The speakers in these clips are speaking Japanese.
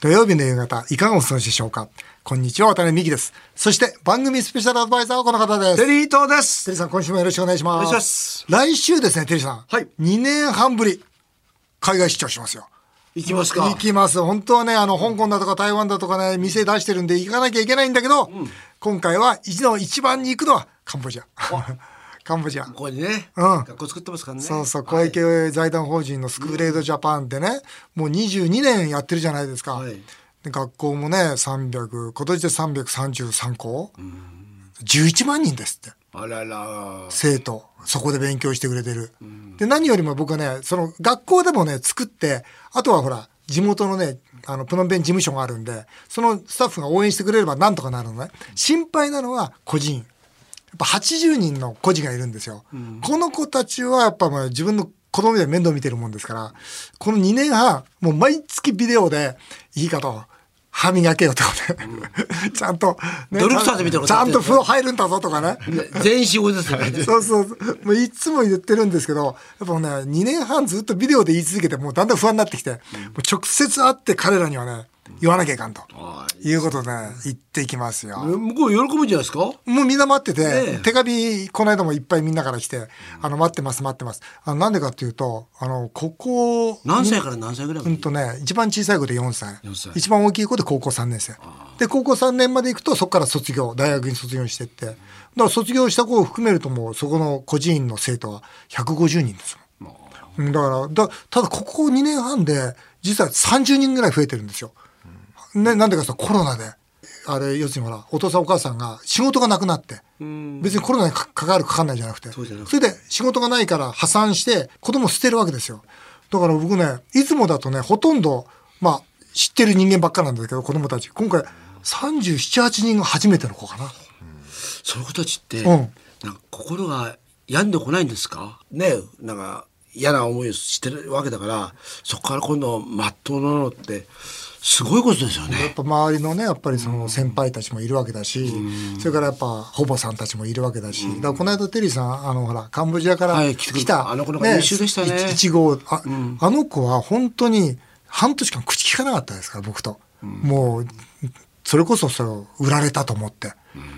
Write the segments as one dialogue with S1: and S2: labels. S1: 土曜日の夕方、いかがお過ごしでしょうかこんにちは、渡辺美希です。そして、番組スペシャルアドバイザーはこの方です。
S2: テ
S1: テ
S2: リー東です。
S1: リーさん、今週もよろしくお願いします。
S2: お願いします
S1: 来週ですね、テリーさん。
S2: はい
S1: 2年半ぶり、海外出張しますよ。
S2: 行きます
S1: 行きます。本当はね、あの、香港だとか台湾だとかね、店出してるんで行かなきゃいけないんだけど、今回は一の一番に行くのはカンボジア。 カンボジア。
S2: ここにね、
S1: うん
S2: 学校作ってますからね。
S1: そうそう、小池財団法人のスクールエイドジャパンでね、もう22年やってるじゃないですか。
S2: はい
S1: で学校もね、300、今年で333校、11万人ですって。
S2: あらら。
S1: 生徒そこで勉強してくれてる、で何よりも僕はねその学校でもね作ってあとはほら地元のねあのプノンペン事務所があるんでそのスタッフが応援してくれればなんとかなるのね心配なのは個人やっぱ80人の孤児がいるんですよ、この子たちはやっぱまあ自分の子供で面倒見てるもんですからこの2年半もう毎月ビデオでいいかと歯磨けよとかね、 ちゃんと、ね、
S2: 努力させてみたいなこと
S1: ち
S2: や
S1: ゃ
S2: っ
S1: ん
S2: てる
S1: と風呂入るんだぞとかね
S2: 全員仕事ですよね。
S1: そうそうそう。もういつも言ってるんですけど、やっぱね、2年半ずっとビデオで言い続けて、もうだんだん不安になってきて、もう直接会って彼らにはね、言わなきゃいかんと。
S2: は
S1: いうことで、言ってきますよ。
S2: い向こう喜ぶんじゃないですか
S1: もうみんな待ってて、
S2: ええ
S1: 手紙、この間もいっぱいみんなから来て、あの、待ってます、待ってます。あの、なんでかっていうと、あの、ここ、
S2: 何歳から何歳ぐらいま
S1: うん
S2: で
S1: とね、一番小さい子で4歳。
S2: 4歳
S1: 一番大きい子で高校3年生。で、高校3年まで行くと、そこから卒業、大学に卒業してって。だから卒業した子を含めるともう、そこの孤児院の生徒は150人ですもんうんだから、だただここ2年半で、実は30人ぐらい増えてるんですよ。ね、なんでかさ、コロナで。あれ、要するにほら、お父さんお母さんが仕事がなくなって。
S2: うん
S1: 別にコロナにかかかるかかんないじゃなくて。
S2: そうじゃなく
S1: それで仕事がないから破産して子供捨てるわけですよ。だから僕ね、いつもだとね、ほとんど、まあ、知ってる人間ばっかなんだけど、子供たち。今回、37、8人が初めての子かな。
S2: そういう子たちって、
S1: うん
S2: なんか心が病んでこないんですかねなんか嫌な思いをしてるわけだから、そこから今度まっとうなのって、すごいことですよ
S1: やっ
S2: ね。
S1: ぱ周りのねやっぱりその先輩たちもいるわけだし、それからやっぱほぼさんたちもいるわけだし、だからこの間テリーさんあのほらカンボジアから
S2: はい来てくれ
S1: 来た、
S2: あの子の方が優秀でしたね
S1: いちごあ,、あの子は本当に半年間口聞かなかったですから僕と、もうそれこそそれを売られたと思って。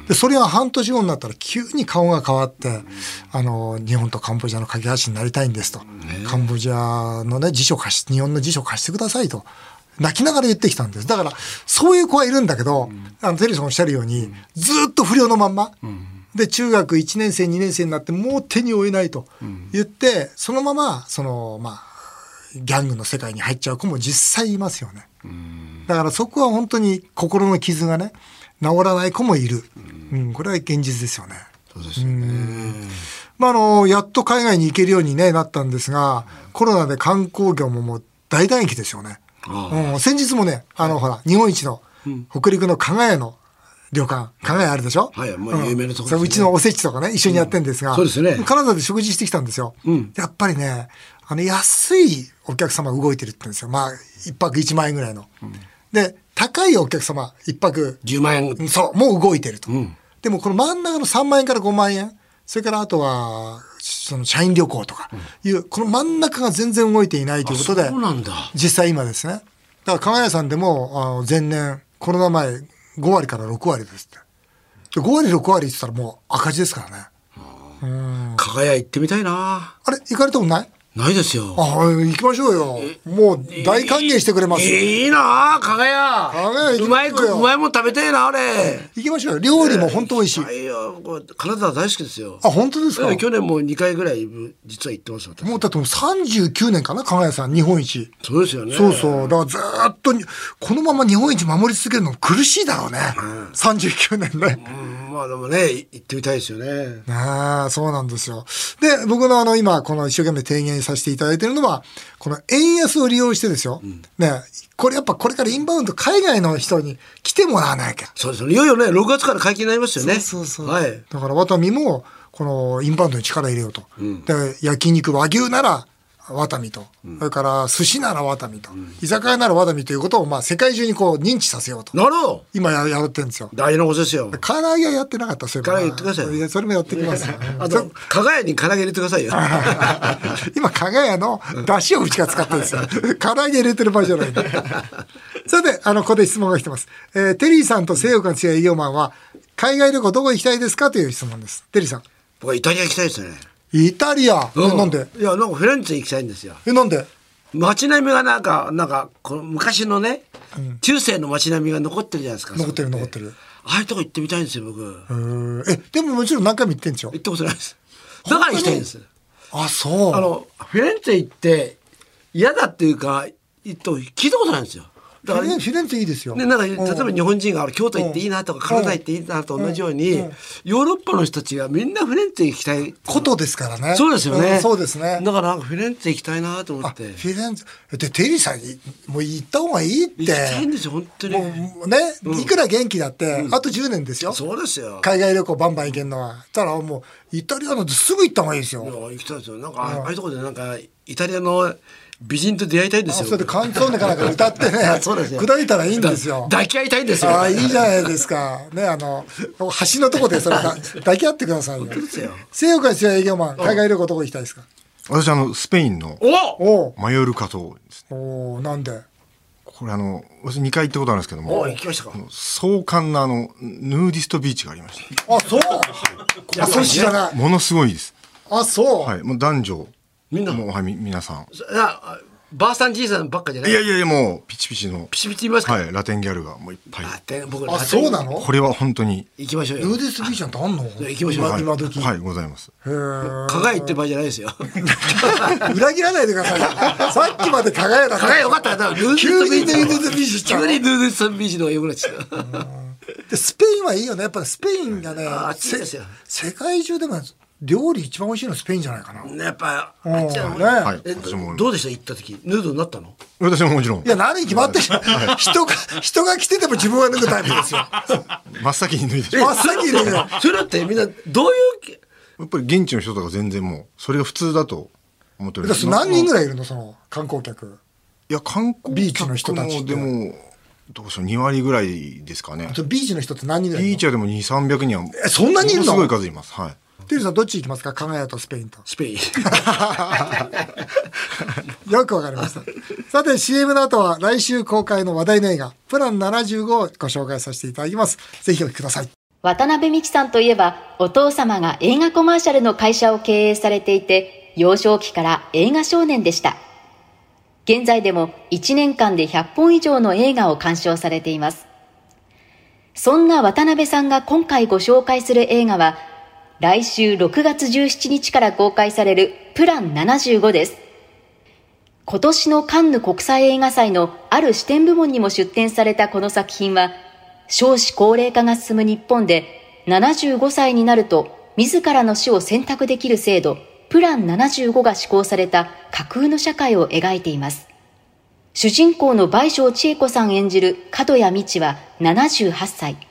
S1: でそれが半年後になったら急に顔が変わって、あの日本とカンボジアの架け橋になりたいんですと、カンボジアのね辞書貸し日本の辞書貸してくださいと泣きながら言ってきたんですだからそういう子はいるんだけど、あのテリーさんおっしゃるように、ずーっと不良のまんま、で中学1年生2年生になってもう手に負えないと言って、そのままそのまあギャングの世界に入っちゃう子も実際いますよね。だからそこは本当に心の傷がね治らない子もいる、うん、これは現実ですよね。
S2: そうですよね。
S1: まあ、あのやっと海外に行けるように、ね、なったんですがコロナで観光業ももう大打撃ですよね。
S2: あ
S1: うん、先日もねあの、ほら日本一の北陸の加賀屋の旅館加賀屋あるでしょ、
S2: はいもう有名なとこですね
S1: それうちのおせちとかね一緒にやってんですが、
S2: うんそうですね
S1: 金沢で食事してきたんですよ、
S2: うん
S1: やっぱりねあの安いお客様動いてるって言うんですよまあ一泊1万円ぐらいの、で高いお客様一泊
S2: 10万円。
S1: そう、もう動いてると。
S2: うん
S1: でもこの真ん中の3万円から5万円、それからあとは、その社員旅行とかいう、この真ん中が全然動いていないということで、
S2: そうなんだ。
S1: 実際今ですね。だから、加賀屋さんでも、あの、前年、コロナ前、5割から6割ですって。で5割、6割って言ったらもう赤字ですからね。
S2: 加賀屋行ってみたいな。
S1: あれ、行かれたことない
S2: ないですよ。
S1: ああ、行きましょうよ。もう、大歓迎してくれますよ。
S2: いいなあ、加賀屋。
S1: 加賀屋行き
S2: う
S1: ま
S2: ま
S1: し
S2: い
S1: ょう
S2: こ、
S1: よ
S2: うまいもん食べてえな、あれ。
S1: 行きましょうよ。料理も本当美味しい。
S2: はいよ、これ金沢大好きですよ。
S1: あ、本当ですか
S2: ええ去年も二回ぐらい、実は行ってます。私
S1: もうだってもう39年かな、加賀屋さん、日本一。
S2: そうですよね。
S1: そうそう。だからずーっとに、このまま日本一守り続けるの苦しいだろうね。39年
S2: う
S1: ね。
S2: ん、まあ、でもね、い行ってみたいですよね。
S1: ああ、そうなんですよ。で、僕のあの、今、この一生懸命提言させていただいてるのは、この円安を利用してですよ。ね、これやっぱこれからインバウンド海外の人に来てもらわなきゃ。
S2: そうですよね。いよいよね、六月から解禁になりますよね。
S1: そうそうそう
S2: はい。
S1: だからワタミもこのインバウンドに力入れようと、で焼肉和牛ならワタミと、それから寿司ならワタミと、居酒屋ならワタミということを、まあ、世界中にこう認知させようと。
S2: なるほど
S1: 今ややってるんですよ。
S2: 大事なことですよ
S1: 唐揚げはやってなかった、そういえばな
S2: 唐揚げ言ってくださいよ
S1: や、それもやってきますよ。
S2: あと加賀屋に唐揚げ入れてくださいよ
S1: 今、加賀屋の出汁をうちが使ってるんですよ。唐揚げ入れてる場合じゃないんで。さて、あの、ここで質問が来てます。えーテリーさんと西洋が強い営業マンは、海外旅行どこ行きたいですかという質問です。テリーさん。
S2: 僕はイタリア行きたいですね
S1: イタリア、え
S2: う
S1: なんで
S2: いやなんかフィレンツェ行きたいんですよ
S1: え、なんで
S2: 街並みがなんかなんかこの昔のね、中世の街並みが残ってるじゃないですか
S1: 残ってる
S2: そこ
S1: 残ってる
S2: ああいうとこ行ってみたいんですよ僕
S1: え
S2: 行
S1: ーえ、でももちろん何回も行ってんでしょ
S2: ったことないですだから行きたいんです
S1: あ、そう。
S2: あのフィレンツェ行って嫌だっていうか行った聞いたことないんですよだか
S1: フィ
S2: ら
S1: レンフィレンツェいいですよ。
S2: ね、なんか例え
S1: うん
S2: ば日本人があの京都行っていいなとか
S1: うん
S2: 金沢行っていいなと同じようにヨーロッパの人たちがみんなフィレンツェ行きたい
S1: ことですからね。
S2: そうですよ
S1: う
S2: ね
S1: んそうですね。
S2: だからなんかフィレンツェ行きたいなと思
S1: あ
S2: っ
S1: フ
S2: て行
S1: ィレンツェでテリーさんにもう行った方がいいって。
S2: きたいんですよ本当に
S1: もうね、いくら元気だって、あと10年ですよ。
S2: そうですよ
S1: 海外旅行バンバン行けるのは。たらもう、イタリアなんてすぐ行った方がいいです
S2: いや
S1: よ。
S2: 行きたいですよなんかああいうところでなんかイタリアの美人と出会いたいんで
S1: あ
S2: すよ
S1: それでカンツォーネかなんか歌ってね
S2: あ、そうですよ
S1: 砕いたらいいんですよ。
S2: 抱き合いたいんですよ
S1: ああ、いいじゃないですか。ね、あの、橋のとこでそれだ抱き合ってくださいよ。
S2: ですよ
S1: 西洋から西洋営業マン、海外旅行どこ行きたいですか
S3: 私あのスペインの
S1: お
S2: お
S1: う
S3: マヨルカ島ですね
S1: おうなんで
S3: これあの私2回行ったことあるんですけども
S2: お行きましたか
S3: 壮観なあのヌーディストビーチがありました
S1: あ、そうあ、そう知らない。
S3: ものすごいです
S1: あ、そう、
S3: はいもう男女
S2: みんな
S3: もうはいみ皆さん
S2: そあばあさんじいさんばっかじゃないい
S3: やいやいやもうピチピチの
S2: ピチピチいますか
S3: はいラテンギャルがもういっぱい
S2: ラテン僕
S1: あ、そうな
S2: の
S1: の
S3: これは本当に
S2: 行きましょう
S1: ヌ
S2: よ
S1: ーディスビーチなんてあんの
S2: 行きましょう
S1: 今
S3: はい
S1: 今時。
S3: はいございます
S1: へー
S2: 加賀屋行ってる場合じゃないですよ
S1: 裏切らないでくださいよ。さ っきまで輝いた
S2: 加賀屋よかったなヌーディ
S1: 急にヌ
S2: スト
S1: ー
S2: ビ
S1: ディ
S2: ーチ
S1: スビーチ行っちゃ
S2: 急
S1: う
S2: にヌーディストビーチの方が良くなっちゃった
S1: でスペインはいいよね。やっぱりスペインがね
S2: あ、暑い
S1: せ
S2: ですよ
S1: 世界中でも料理一番美味しいのはスペインじゃないかな。い
S2: やっぱあっち
S1: うん
S2: は
S1: ね
S3: はい
S2: え
S3: 私も思います
S2: どうでした行った時ヌードになったの
S3: 私ももちろん
S1: や、何に決まってる人が、人が来てても自分は脱ぐタイプですよ。
S3: 真っ先に脱いでし
S1: 真っ
S3: ま
S1: 先に脱ぐよ。
S2: それだってみんなどういう
S3: うやっぱり現地の人とか全然もうそれが普通だと思っており
S1: だ
S3: ま
S1: か
S3: す
S1: ら何人ぐ
S3: らい
S1: らいいるのその観光客。
S3: や観光
S1: ビーチの人たちって
S3: 客もでもどうでしょう2割ぐらいですかね
S1: そのビーチの人って何人ぐらいいるの
S3: ビーチはでも2、300人は。
S1: えそんなにいるの
S3: ものすごい数います。はい。
S1: テリーさんどっち行きますか輝とスペインと。
S2: スペイン
S1: よくわかりました。さて CM の後は来週公開の話題の映画、プラン75をご紹介させていただきます。ぜひお聞きください。
S4: 渡辺美樹さんといえばお父様が映画コマーシャルの会社を経営されていて幼少期から映画少年でした現在でも1年間で100本以上の映画を鑑賞されていますそんな渡辺さんが今回ご紹介する映画は来週6月17日から公開されるプラン75です今年のカンヌ国際映画祭のある視点部門にも出展されたこの作品は、少子高齢化が進む日本で、75歳になると自らの死を選択できる制度、プラン75が施行された架空の社会を描いています。主人公の倍賞千恵子さん演じる角谷美智は78歳。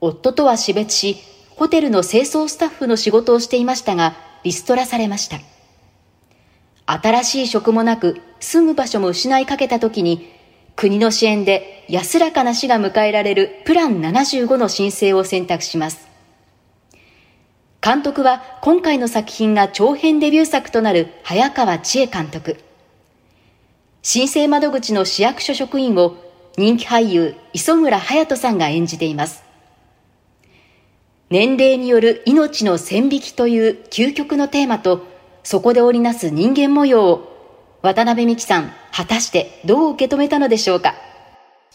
S4: 夫とは死別し、ホテルの清掃スタッフの仕事をしていましたが、リストラされました。新しい職もなく住む場所も失いかけた時に国の支援で安らかな死が迎えられるプラン75の申請を選択します監督は今回の作品が長編デビュー作となる早川千恵監督申請窓口の市役所職員を人気俳優磯村勇斗さんが演じています年齢による命の線引きという究極のテーマと、そこで織りなす人間模様を、渡辺美樹さん、果たしてどう受け止めたのでしょうか。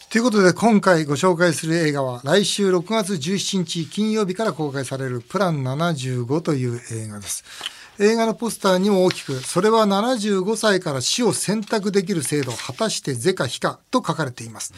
S1: ということで今回ご紹介する映画は来週6月17日金曜日から公開されるプラン75という映画です。映画のポスターにも大きく、それは75歳から死を選択できる制度、果たして是か非かと書かれています。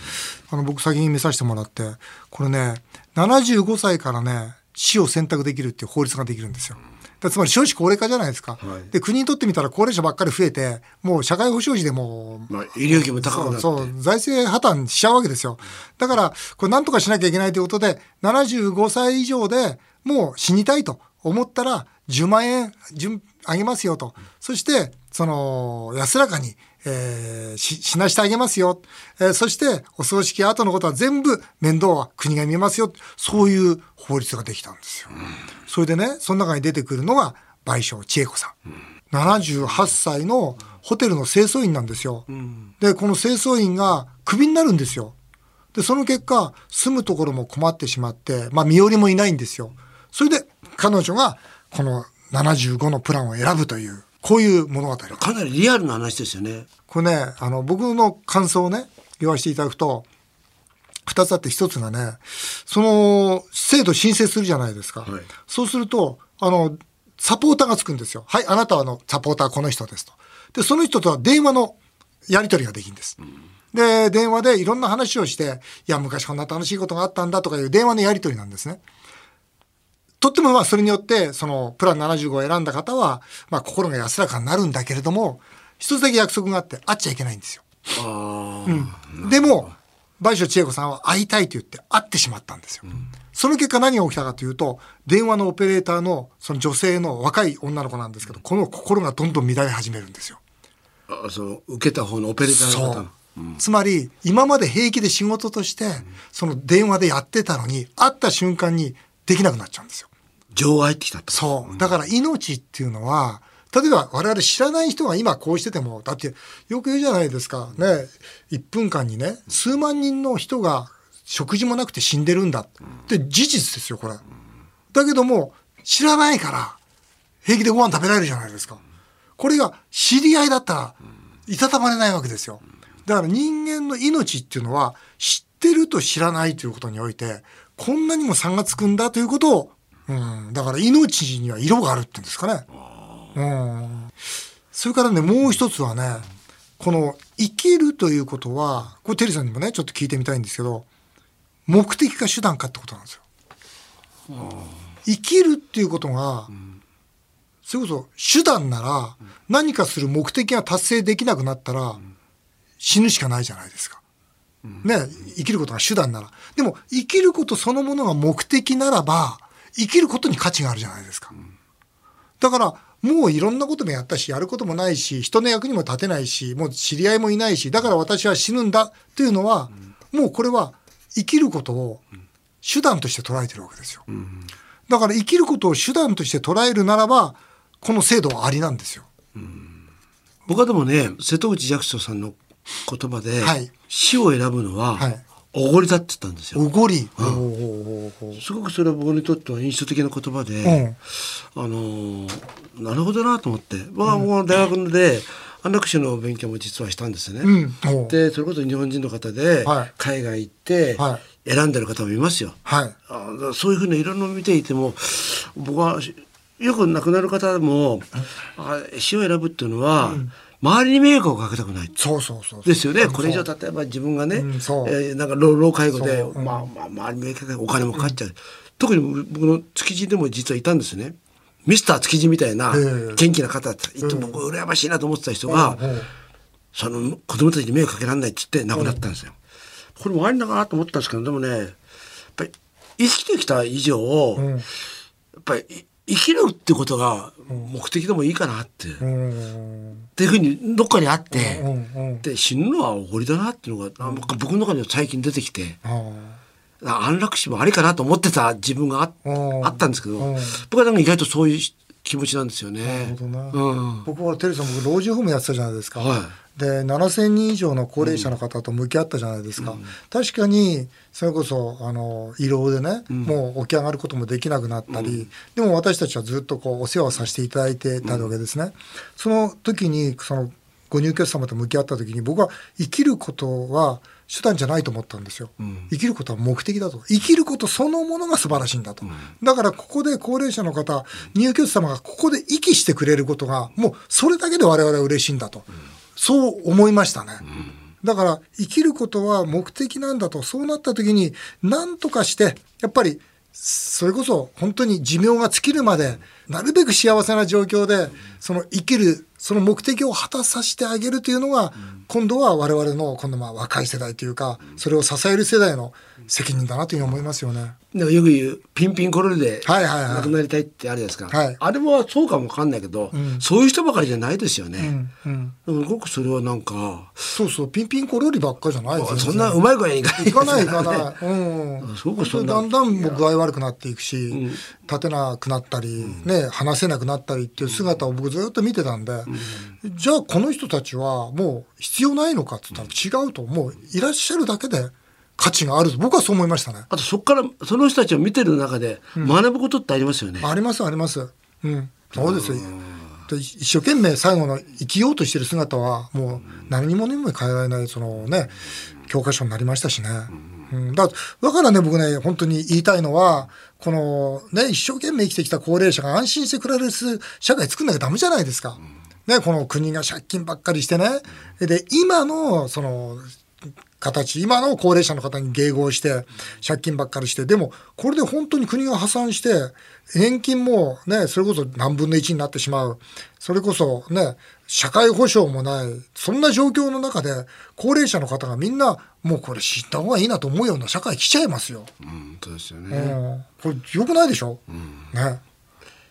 S1: あの、僕先に見させてもらって、これね、75歳からね、死を選択できるっていう法律ができるんですよ。だつまり少子高齢化じゃないですか。で、国にとってみたら高齢者ばっかり増えて、もう社会保障費でもう
S2: まあ医療費も高くなって
S1: そうそう財政破綻しちゃうわけですよ。だから、これなんとかしなきゃいけないということで、75歳以上でもう死にたいと思ったら、10万円、10あげますよと。そして、その、安らかに、えーし、死なしてあげますよ。えーそして、お葬式後のことは全部面倒は国が見ますよ。そういう法律ができたんですよ。それでね、その中に出てくるのが、賠償千恵子さん。78歳のホテルの清掃員なんですよ。で、この清掃員がクビになるんですよ。で、その結果、住むところも困ってしまって、まあ、身寄りもいないんですよ。それで、彼女が、この75のプランを選ぶという、こういう物語が。
S2: かなりリアルな話ですよね。
S1: これね、あの、僕の感想をね、言わせていただくと、二つあって一つがね、その、制度申請するじゃないですか。
S2: はい
S1: そうすると、あの、サポーターがつくんですよ。はい、あなたはあの、サポーターはこの人ですと。で、その人とは電話のやり取りができるんです。で、電話でいろんな話をして、いや、昔こんな楽しいことがあったんだとかいう電話のやり取りなんですね。とってもまあそれによって、そのプラン75を選んだ方は、まあ心が安らかになるんだけれども、一つだけ約束があって、会っちゃいけないんですよ。
S2: ああ、
S1: でも、倍賞千恵子さんは会いたいと言って会ってしまったんですよ。その結果何が起きたかというと、電話のオペレーターのその女性の若い女の子なんですけど、この心がどんどん乱れ始めるんですよ。
S2: あその受けた方のオペレーターの
S1: そ
S2: 方
S1: う。つまり、今まで平気で仕事として、その電話でやってたのに、会った瞬間にできなくなっちゃうんですよ。
S2: 情が入ってきたってこと
S1: そう。だから命っていうのは、例えば我々知らない人が今こうしてても、だってよく言うじゃないですか。ね、1分間にね、数万人の人が食事もなくて死んでるんだって事実ですよ、これ。だけども、知らないから、平気でご飯食べられるじゃないですか。これが知り合いだったら、いたたまれないわけですよ。だから人間の命っていうのは、知ってると知らないということにおいて、こんなにも差がつくんだということを、うん、だから命には色があるっていうんですかね。うん。それからね、もう一つはね、この生きるということは、これテリーさんにもね、ちょっと聞いてみたいんですけど、目的か手段かってことなんですよ。生きるっていうことが、それこそ手段なら、何かする目的が達成できなくなったら、死ぬしかないじゃないですか。ね、生きることが手段なら。でも、生きることそのものが目的ならば、生きることに価値があるじゃないですか。だから、もういろんなこともやったし、やることもないし、人の役にも立てないし、もう知り合いもいないし、だから私は死ぬんだというのは、もうこれは生きることを手段として捉えてるわけですよ。だから生きることを手段として捉えるならば、この制度はありなんですよ。
S2: 僕はでもね、瀬戸内寂聴さんの言葉で、
S1: はい
S2: 死を選ぶのは
S1: はい
S2: おごりだって言ったんですよ。
S1: おごり。
S2: すごくそれは僕にとっては印象的な言葉で、
S1: うん
S2: あのーなるほどなと思って僕はもう大学で安楽死の勉強も実はしたんですね。
S1: うんおう
S2: でそれこそ日本人の方で
S1: はい
S2: 海外行って
S1: は
S2: 選んでる方もいますよ。
S1: はい。
S2: あだからそういうふうないろんなのを見ていても僕はしよく亡くなる方もあ死を選ぶっていうのは、周りに迷惑をかけたくない。
S1: そうそうそうそう。
S2: ですよね。これ以
S1: そ
S2: 上
S1: う
S2: 例えば自分がね、
S1: うんそう
S2: えーなんか老老介護で、
S1: そううん
S2: まあまあ周りに迷惑かけてお金もかかっちゃう。特に僕の築地でも実はいたんですね。ミスター築地みたいな
S1: ええ
S2: 元気な方だった。いつも僕羨ましいなと思ってた人が、
S1: うん
S2: その子供たちに迷惑かけられないっつって亡くなったんですよ。これもありだかなと思ったんですけどでもねやっぱり生きてきた以上、やっぱりい生きるってことが目的でもいいかなって、っていうふうにどっかにあって、で死ぬのはおごりだなっていうのが、なんか僕の中には最近出てきて。あ安楽死もありかなと思ってた自分があ,、
S1: うん
S2: あったんですけど、
S1: うん
S2: 僕はなんか意外とそういう気持ちなんですよね。
S1: なるほどな
S2: うん
S1: 僕はテレさん僕老人ホームやってたじゃないですか、
S2: は
S1: で7,000人以上の高齢者の方と向き合ったじゃないですか、確かにそれこそあの胃ろうでね、もう起き上がることもできなくなったり、でも私たちはずっとこうお世話をさせていただいてたわけですね、その時にそのご入居者様と向き合った時に僕は生きることは手段じゃないと思ったんですよ、生きることは目的だと生きることそのものが素晴らしいんだと、だからここで高齢者の方入居者様がここで息してくれることがもうそれだけで我々は嬉しいんだと、そう思いましたね、だから生きることは目的なんだとそうなった時に何とかしてやっぱりそれこそ本当に寿命が尽きるまでなるべく幸せな状況で、その生きる、その目的を果たさせてあげるというのが、今度は我々の、今度まあ若い世代というか、それを支える世代の責任だなというふうに思いますよね。
S2: なんかよく言う、ピンピンコロリで、
S1: はいはいはい
S2: 亡くなりたいってあるじゃないですか。
S1: はい
S2: あれはそうかもわかんないけど、そういう人ばかりじゃないですよね。
S1: うん。
S2: でもすごくそれはなんか、
S1: そうそう、ピンピンコロリばっかりじゃないです
S2: そんなうまい子やいかない。
S1: いかないいか ない。うん。
S2: すごくそんな
S1: だんだんもう具合悪くなっていくし、立てなくなったり、ね、話せなくなったりっていう姿を僕ずっと見てたんで、じゃあこの人たちはもう必要ないのかって言ったら違うと、もういらっしゃるだけで価値があると僕はそう思いましたね。
S2: あとそこから、その人たちを見てる中で、学ぶことってありますよね。
S1: ありますあります。うん。そうですよ。で一生懸命最後の生きようとしてる姿はもう何にもにも変えられないそのね教科書になりましたしね。うん、だだからね僕ね本当に言いたいのはこのね一生懸命生きてきた高齢者が安心して暮られる社会作んなきゃダメじゃないですか。ねこの国が借金ばっかりしてね。で今のその形、今の高齢者の方に迎合して、借金ばっかりして、でも、これで本当に国が破産して、年金もね、それこそ何分の1になってしまう。それこそね、社会保障もない。そんな状況の中で、高齢者の方がみんな、もうこれ死んだ方がいいなと思うような社会来ちゃいますよ。
S2: うん、本当ですよ
S1: う
S2: ね。
S1: ん。これ良くないでしょ、ね。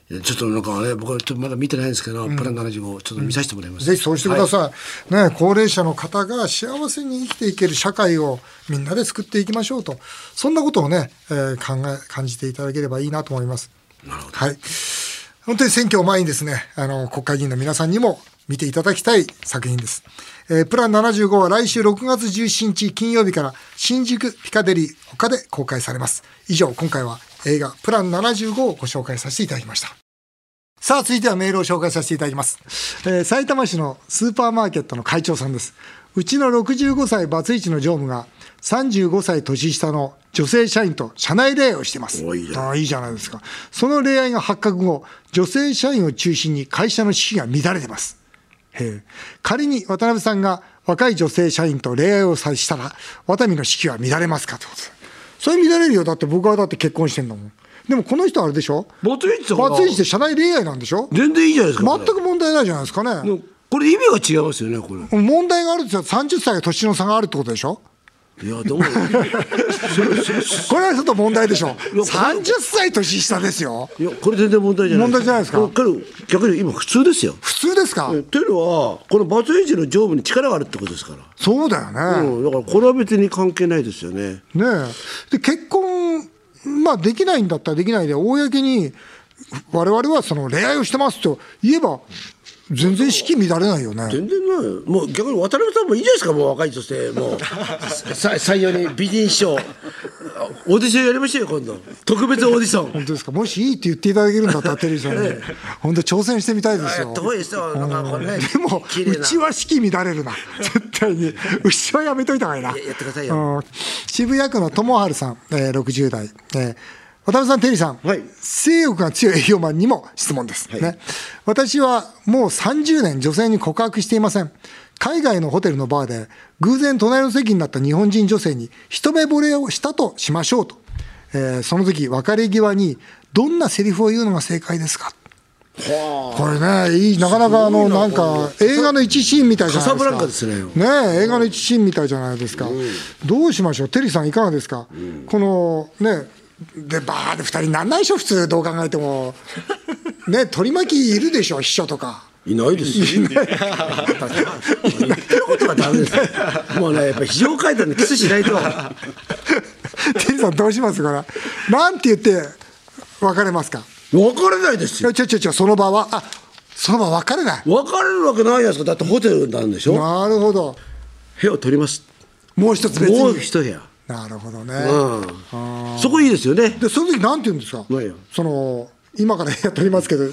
S2: いやちょっとなんかね、僕はちょっとまだ見てないんですけど、プラン75、ちょっと見させてもらいます。
S1: ぜひそうしてください、ね、高齢者の方が幸せに生きていける社会をみんなで作っていきましょうと、そんなことをね、えー考え、感じていただければいいなと思います。はい。本当に選挙を前にですね、あの、国会議員の皆さんにも見ていただきたい作品です。えープラン75は来週6月17日金曜日から新宿ピカデリー他で公開されます。以上、今回は映画プラン75をご紹介させていただきました。さあ、続いてはメールを紹介させていただきます。えー、埼玉市のスーパーマーケットの会長さんです。うちの65歳バツイチの常務が35歳年下の女性社員と社内恋愛をしてます。
S2: おいいじゃ
S1: ああいいじゃないですか。その恋愛が発覚後、女性社員を中心に会社の士気が乱れてます。へえ仮に渡辺さんが若い女性社員と恋愛をさしたら、渡辺の士気は乱れますかってことですそれ乱れるよ。だって僕はだって結婚してんだもん。でもこの人はあれでしょ
S2: バツイチだから
S1: バツイチって社内恋愛なんでしょ
S2: 全然いいじゃないですか。こ
S1: 全
S2: れ
S1: く問題ないじゃないですかね。
S2: でもこれ意味が違いますよね、これ。
S1: 問題があるって言ったら30歳が年の差があるってことでしょ
S2: いや、 どうも。
S1: これはちょっと問題でしょ。
S2: や
S1: 30歳年下ですよ。
S2: いや、これ全然問題じゃない。
S1: 問題じゃないですか
S2: これ逆に今普通ですよ。
S1: 普通ですか
S2: えというのは、このバツイチの上部に力があるってことですから。
S1: そうだよね。
S2: うん、だからこれは別に関係ないですよね。
S1: ねえ。で、結婚、まあできないんだったらできないで、公に、我々はその恋愛をしてますと言えば、全然式乱れないよね。
S2: 全然ないよもう逆に渡辺さんもいいじゃないですか、もう若い女性、 もう、さ採用に美人賞、オーディションやりましょうよ、今度、特別オーディション。
S1: 本当ですか。もしいいって言っていただけるんだったら、テレビさんに。本当挑戦してみたいです
S2: や
S1: よ
S2: っ。た方がいいですよ、なんかこれね、
S1: でも、
S2: 綺麗
S1: う
S2: な
S1: ちは式乱れる な。絶対に。うちはやめといた方がいいな。
S2: いややってくださいよ
S1: うん渋谷区の友春さん、えー、60代。えー渡辺さん、テリーさん、
S2: はい
S1: 性欲が強い営業マンにも質問です、ね。私はもう30年女性に告白していません。海外のホテルのバーで偶然隣の席になった日本人女性に一目惚れをしたとしましょうと。えーその時、別れ際にどんなセリフを言うのが正解ですかこれね、いい、なかなかあの、なんか、映画の一シーンみたいじゃないですか。
S2: カサブランカですね
S1: ねえ映画の一シーンみたいじゃないですか。どうしましょうテリーさんいかがですか、この、ね、で、バーで二人なんないでしょ普通、どう考えても。ね、取り巻きいるでしょ秘書と か。
S2: いないですよ。い ない。言ってることがダメですよ。もうね、やっぱ非常階段でキスしないと。
S1: テリーさんどうしますかなんて言って、別れますか
S2: 別れないです
S1: いや、
S2: よ。
S1: ちょちょちょ、その場は、あ、その場別れない。
S2: 別れるわけないじゃないですか。だってホテルなんでしょ
S1: なるほど。
S2: 部屋を取ります。
S1: もう一つ別
S2: もう
S1: に。
S2: 一部屋。
S1: なるほどね。
S2: うん。そこいいですよね。
S1: でその時なんて言うんですか
S2: 何よ
S1: その今からやっておりますけど、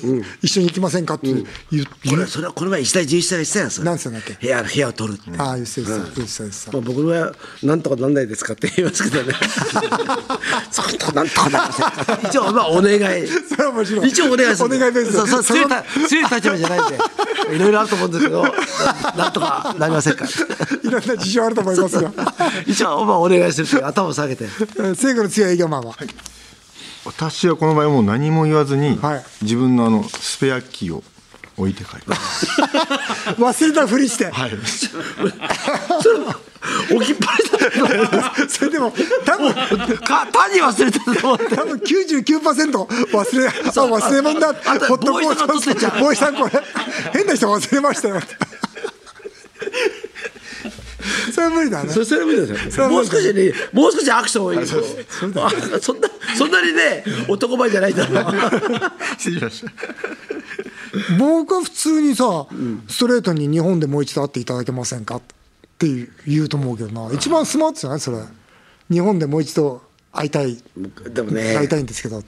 S1: 一緒に行きませんかって言う、言う
S2: これそれはこの前、一対11歳が言ってたんですよ。
S1: なんつうんだっけ
S2: 部屋、部屋を取るって。
S1: ああ言ってた言ってた言ってた
S2: まあ、僕はなんとかなんないですかって言いますけど ね。そうとなんとかなりませんか。一応、まあ、お 願い。
S1: それは面白い
S2: 一応お願いする。
S1: お願いです
S2: そうそう
S1: そ
S2: 強
S1: の
S2: いた強い立場じゃないんで、いろいろあると思うんですけ ど、なんとかなりません か。
S1: いろんな事情あると思い ますが
S2: 一応まあお願いするって頭を下げて。
S1: えー性格の強い営業マンは、
S3: 私はこの場合もう何も言わずに、
S1: はい
S3: 自分のあのスペアキーを置いて帰ります。
S1: 忘れたふりして。
S3: はい。
S2: 置きっぱなしだと思
S1: それでも、多分、
S2: うか単に忘れてたと思って
S1: 多分99%忘れ、あ、忘れ物だ。
S2: あと
S1: ホットコース
S2: ボーイさんが撮ってちゃう
S1: ボーイさんこれ、変な人忘れま したよって。それは無理だね。
S2: それそれ見てくだ
S1: それ
S2: さ。
S1: はいも
S2: も
S1: う
S2: う少しね、もう少しアクションを入れて。あそんな、そんなにね、男前じゃないんだろう。
S3: 失礼しました。
S1: 僕は普通にさ、ストレートに日本でもう一度会っていただけませんかって言うと思うけどな。一番スマートじゃないそれ。日本でもう一度会いたい、
S2: でも
S1: 会い
S2: ね
S1: た、いんですけど。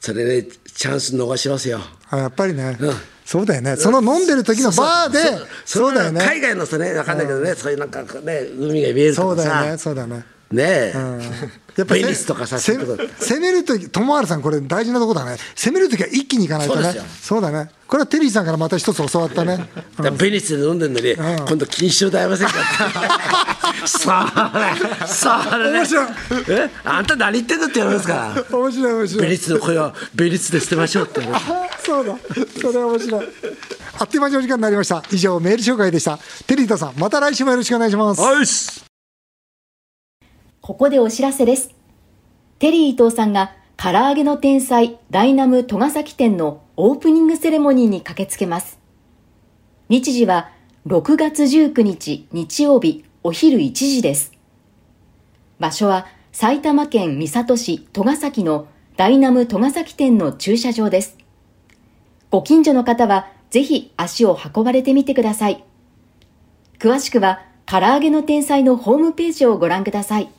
S2: それね、チャンス逃しますよ。
S1: あやっぱりね、
S2: うん
S1: そうだよね。その飲んでる時のバーで、そうだよね。
S2: 海外のさね、わかんないけどね、そういうなんかね、海が見える
S1: そ
S2: と
S1: うだ
S2: か
S1: よ
S2: さ
S1: ね、。そうだよね。
S2: ね
S1: うん
S2: やっぱ
S1: せ
S2: ベニスとかさ、
S1: せ
S2: そういうとこ
S1: 攻めるとき、友原さん、これ大事なとこだね。攻めるときは一気にいかないとね。そう
S2: そうですよ
S1: だね。これはテリーさんからまた一つ教わったね。
S2: だからベニスで飲んでるのに、
S1: ん
S2: 今度錦糸町で会いませんか って。さあ、さあ、面
S1: 白い。
S2: え、あんた何言ってんだって言われますから。
S1: 面白い、面白
S2: ベニ
S1: い。
S2: スの声はベニスで捨てましょうって。
S1: そうだ。それは面白い。あっという間にお時間になりました。以上、メール紹介でした。テリーとさん、また来週もよろしくお願いします。
S2: おいっす
S4: ここでお知らせです。テリー伊藤さんが唐揚げの天才ダイナム戸ヶ崎店のオープニングセレモニーに駆けつけます。日時は6月19日日曜日お昼1時です。場所は埼玉県三郷市戸ヶ崎のダイナム戸ヶ崎店の駐車場です。ご近所の方はぜひ足を運ばれてみてください。詳しくは唐揚げの天才のホームページをご覧ください。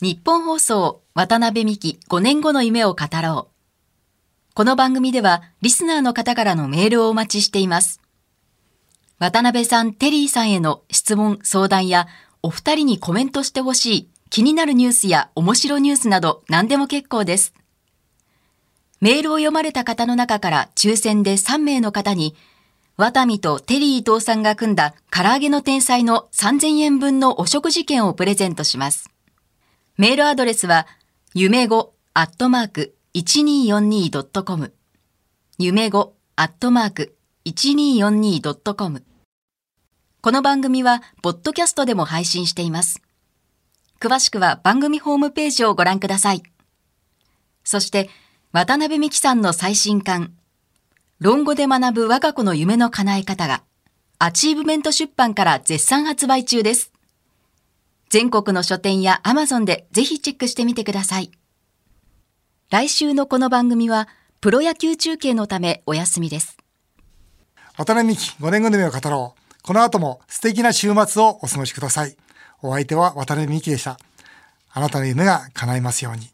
S4: 日本放送渡辺美希5年後の夢を語ろう。この番組ではリスナーの方からのメールをお待ちしています。渡辺さん、テリーさんへの質問、相談やお二人にコメントしてほしい気になるニュースや面白ニュースなど何でも結構です。メールを読まれた方の中から抽選で3名の方にワタミとテリー伊藤さんが組んだ唐揚げの天才の3000円分のお食事券をプレゼントします。メールアドレスは、夢語アットマーク 1242.com。夢語アットマーク 1242.com。この番組は、ポッドキャストでも配信しています。詳しくは番組ホームページをご覧ください。そして、渡辺美希さんの最新刊、論語で学ぶ我が子の夢の叶え方が、アチーブメント出版から絶賛発売中です。全国の書店や Amazon でぜひチェックしてみてください。来週のこの番組は、プロ野球中継のためお休みです。
S1: 渡辺美希5年後の夢を語ろう。この後も素敵な週末をお過ごしください。お相手は渡辺美希でした。あなたの夢が叶いますように。